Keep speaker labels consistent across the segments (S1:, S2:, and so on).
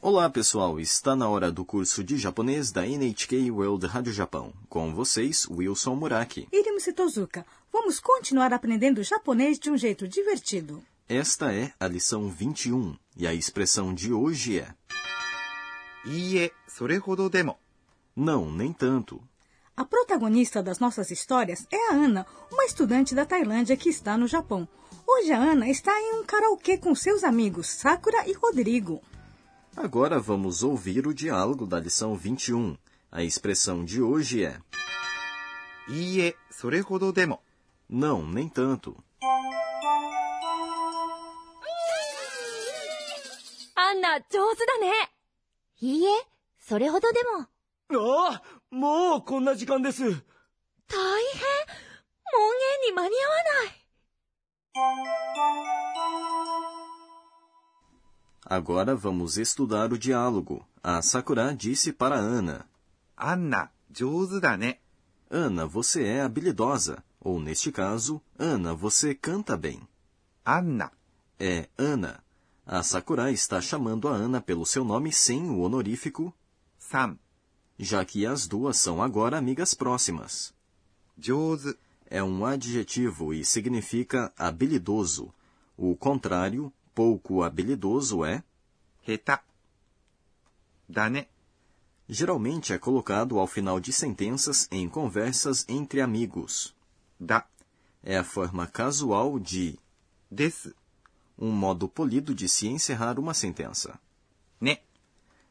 S1: Olá, pessoal! Está na hora do curso de japonês da NHK World Rádio Japão. Com vocês, Wilson Muraki.
S2: Irimo Tozuka, vamos continuar aprendendo japonês de um jeito divertido.
S1: Esta é a lição 21 e a expressão de hoje é
S3: いいえ、それほどでも。
S1: não, nem tanto.
S2: A protagonista das nossas histórias é a Ana, uma estudante da Tailândia que está no Japão. Hoje a Ana está em um karaokê com seus amigos Sakura e Rodrigo.
S1: Agora vamos ouvir o diálogo da lição 21. A expressão de hoje é
S3: いいえ、それほどでも。
S1: não, nem tanto.
S4: アンナ、上手だね。いいえ、それほどでも。
S5: ああ、もうこんな時間です。
S4: 大変。門限に間に合わない。
S1: Agora vamos estudar o diálogo. A Sakura disse para Ana:
S3: アンナ、上手だね。
S1: Ana, você é habilidosa. Ou, neste caso, Ana, você canta bem.
S3: アンナ、
S1: É Ana. A Sakura está chamando a Ana pelo seu nome sem o honorífico,
S3: さん、
S1: já que as duas são agora amigas próximas.
S3: 上手、
S1: É um adjetivo e significa habilidoso. O contrário, pouco habilidoso, é.
S3: 下手。だね。
S1: Geralmente é colocado ao final de sentenças em conversas entre amigos.
S3: だ、
S1: É a forma casual de
S3: です、
S1: um modo polido de se encerrar uma sentença.
S3: ね。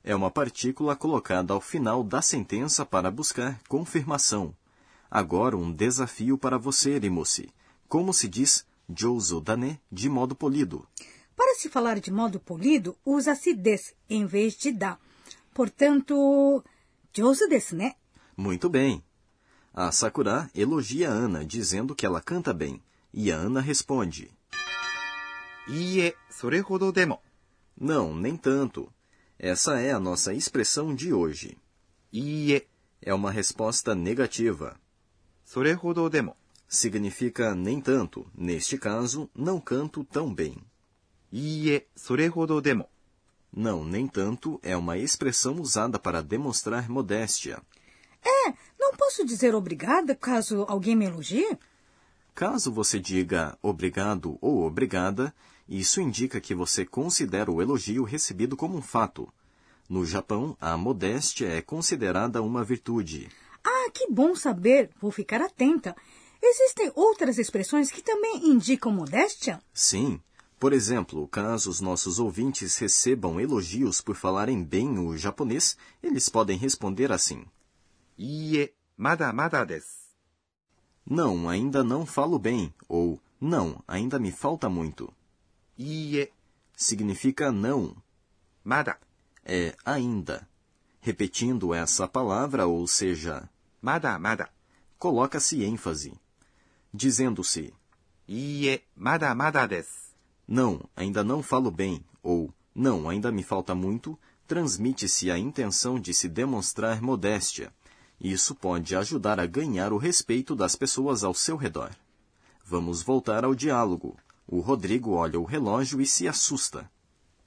S1: É uma partícula colocada ao final da sentença para buscar confirmação. Agora um desafio para você, Rimusi. Como se diz Jouzo Dane de modo polido?
S2: Para se falar de modo polido, usa-se des em vez de da. Portanto, Josu desu né? ne.
S1: Muito bem. A Sakura elogia a Ana, dizendo que ela canta bem. E a Ana responde:
S3: いいえ、それほどでも。
S1: Não, nem tanto. Essa é a nossa expressão de hoje.
S3: いいえ、
S1: É uma resposta negativa.
S3: それほどでも。
S1: Significa nem tanto. Neste caso, não canto tão bem.
S3: いいえ、それほどでも。
S1: Não, nem tanto é uma expressão usada para demonstrar modéstia.
S2: É, não posso dizer obrigada caso alguém me elogie?
S1: Caso você diga obrigado ou obrigada, isso indica que você considera o elogio recebido como um fato. No Japão, a modéstia é considerada uma virtude.
S2: Ah, que bom saber, vou ficar atenta. Existem outras expressões que também indicam modéstia?
S1: Sim. Por exemplo, caso os nossos ouvintes recebam elogios por falarem bem o japonês, eles podem responder assim:
S3: いいえ、まだまだです。
S1: Não, ainda não falo bem, ou Não, ainda me falta muito.
S3: いいえ、
S1: Significa não,
S3: まだ、
S1: é ainda. Repetindo essa palavra, ou seja,
S3: まだまだ。
S1: coloca-se ênfase, dizendo-se
S3: いいえ、まだまだです。
S1: não, ainda não falo bem, ou não, ainda me falta muito, transmite-se a intenção de se demonstrar modéstia. Isso pode ajudar a ganhar o respeito das pessoas ao seu redor. Vamos voltar ao diálogo. O Rodrigo olha o relógio e se assusta.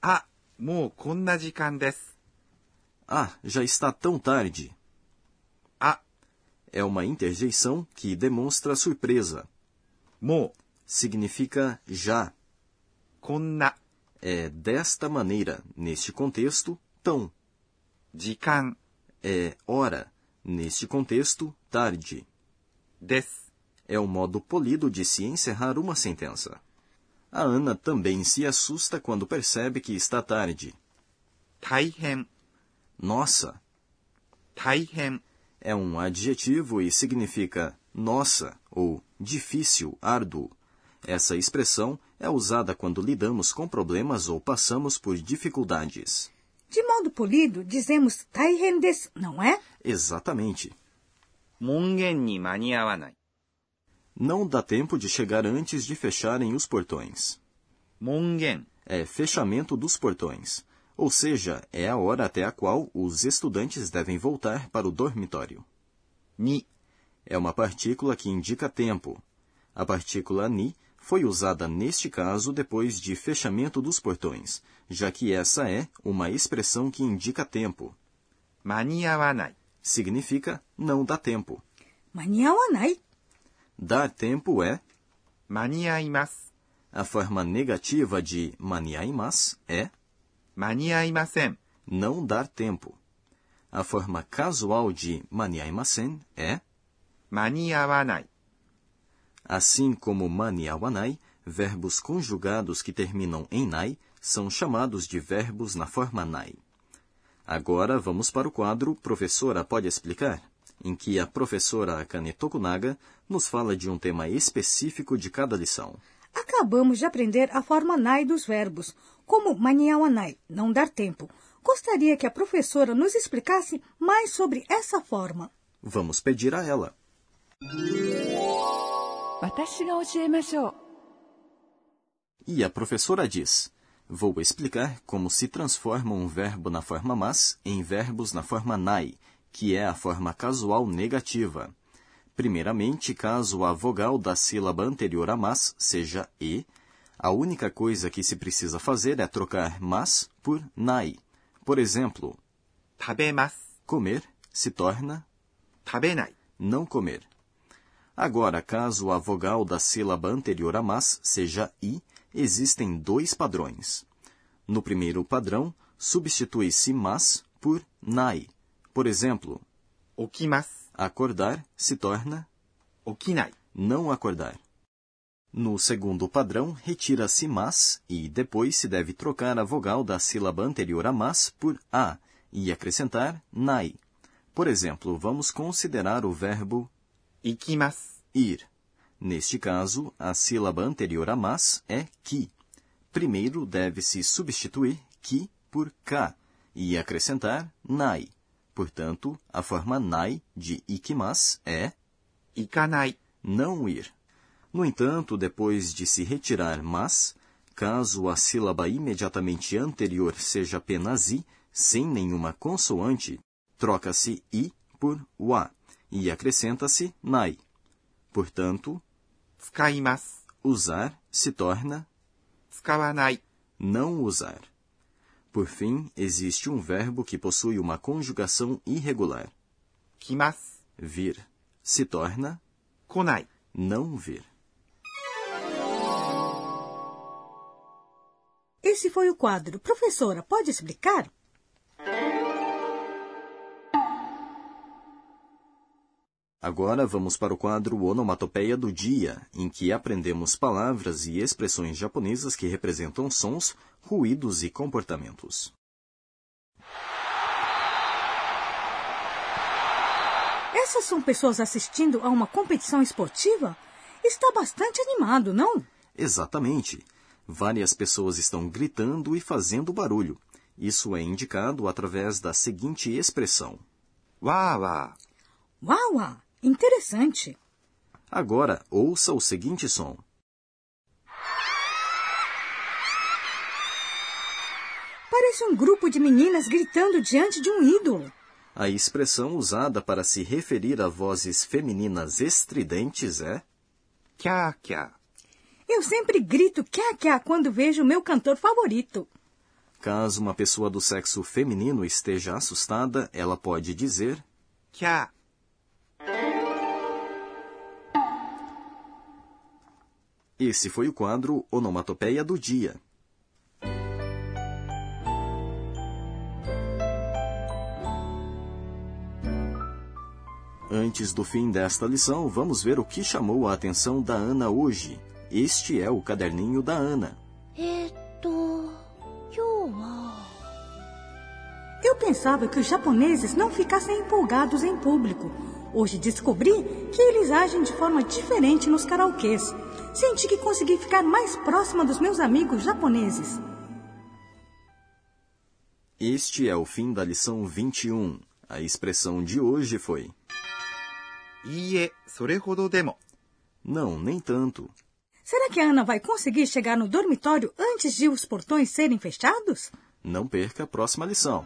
S3: あ、もうこんな時間です。
S1: Ah, já está tão tarde.
S3: あ、
S1: É uma interjeição que demonstra surpresa.
S3: もう、
S1: Significa já.
S3: こんな、
S1: É desta maneira, neste contexto, tão.
S3: 時間、
S1: É hora, neste contexto, tarde.
S3: です。
S1: É o modo polido de se encerrar uma sentença. A Ana também se assusta quando percebe que está tarde.
S3: 大変、
S1: Nossa
S3: 大変、
S1: é um adjetivo e significa nossa ou difícil, árduo. Essa expressão é usada quando lidamos com problemas ou passamos por dificuldades.
S2: De modo polido, dizemos taihen desu, não é?
S1: Exatamente.
S3: 門限に間に合わない。
S1: Não dá tempo de chegar antes de fecharem os portões.
S3: 門限、
S1: É fechamento dos portões, ou seja, é a hora até a qual os estudantes devem voltar para o dormitório.
S3: に、
S1: É uma partícula que indica tempo. A partícula ni foi usada neste caso depois de fechamento dos portões, já que essa é uma expressão que indica tempo.
S3: 間に合わない、
S1: Significa não dá tempo.
S2: Maniawanai.
S1: Dar tempo é
S3: 間に合います、
S1: a forma negativa de maniaimas é
S3: 間に合いません、
S1: não dar tempo. A forma casual de maniaimasen é
S3: 間に合わない、
S1: Assim como maniawanai, verbos conjugados que terminam em nai são chamados de verbos na forma nai. Agora vamos para o quadro Professora Pode Explicar, em que a professora Akane Tokunaga nos fala de um tema específico de cada lição.
S2: Acabamos de aprender a forma nai dos verbos, como maniawanai, não dar tempo. Gostaria que a professora nos explicasse mais sobre essa forma.
S1: Vamos pedir a ela.
S6: 私が教えましょう
S1: E a professora diz: Vou explicar como se transforma um verbo na forma mas em verbos na forma nai, que é a forma casual negativa. Primeiramente, caso a vogal da sílaba anterior a mas seja e, a única coisa que se precisa fazer é trocar mas por nai. Por exemplo,
S3: 食べます、
S1: comer se torna
S3: 食べない、
S1: não comer. Agora, caso a vogal da sílaba anterior a mas seja i, existem dois padrões. No primeiro padrão, substitui-se mas por nai. Por exemplo,
S3: 起きます、
S1: acordar se torna
S3: 起きない、
S1: não acordar. No segundo padrão, retira-se mas e depois se deve trocar a vogal da sílaba anterior a mas por a e acrescentar nai. Por exemplo, vamos considerar o verbo
S3: 行きます、
S1: ir. Neste caso, a sílaba anterior a mas é que. Primeiro deve-se substituir que por ka e acrescentar nai. Portanto, a forma nai de ikimas é
S3: 行かない、
S1: não ir. No entanto, depois de se retirar mas, caso a sílaba imediatamente anterior seja apenas i, sem nenhuma consoante, troca-se i por wa e acrescenta-se nai. Portanto,
S3: 使います、
S1: usar se torna
S3: 使わない、
S1: não usar. Por fim, existe um verbo que possui uma conjugação irregular.
S3: 来ます、
S1: Vir se torna
S3: 来ない、
S1: não vir.
S2: Esse foi o quadro. Professora, pode explicar?
S1: Agora vamos para o quadro Onomatopeia do Dia, em que aprendemos palavras e expressões japonesas que representam sons, ruídos e comportamentos.
S2: Essas são pessoas assistindo a uma competição esportiva? Está bastante animado, não?
S1: Exatamente. Várias pessoas estão gritando e fazendo barulho. Isso é indicado através da seguinte expressão.
S3: わーわ
S2: Uau, uau, interessante.
S1: Agora, ouça o seguinte som.
S2: Parece um grupo de meninas gritando diante de um ídolo.
S1: A expressão usada para se referir a vozes femininas estridentes é.
S3: ー、キャーキャー、
S2: Eu sempre grito quá-quá quando vejo o meu cantor favorito.
S1: Caso uma pessoa do sexo feminino esteja assustada, ela pode dizer.
S3: キャー、
S1: Esse foi o quadro Onomatopeia do Dia. Antes do fim desta lição, vamos ver o que chamou a atenção da Ana hoje. Este é o caderninho da Ana.
S4: えーっと、今日は、
S2: Eu pensava que os japoneses não ficassem empolgados em público. Hoje descobri que eles agem de forma diferente nos karaokês. Senti que consegui ficar mais próxima dos meus amigos japoneses.
S1: Este é o fim da lição 21. A expressão de hoje foi:
S3: いいえ、それほどでも、
S1: Não, nem tanto.
S2: Será que a Ana vai conseguir chegar no dormitório antes de os portões serem fechados?
S1: Não perca a próxima lição.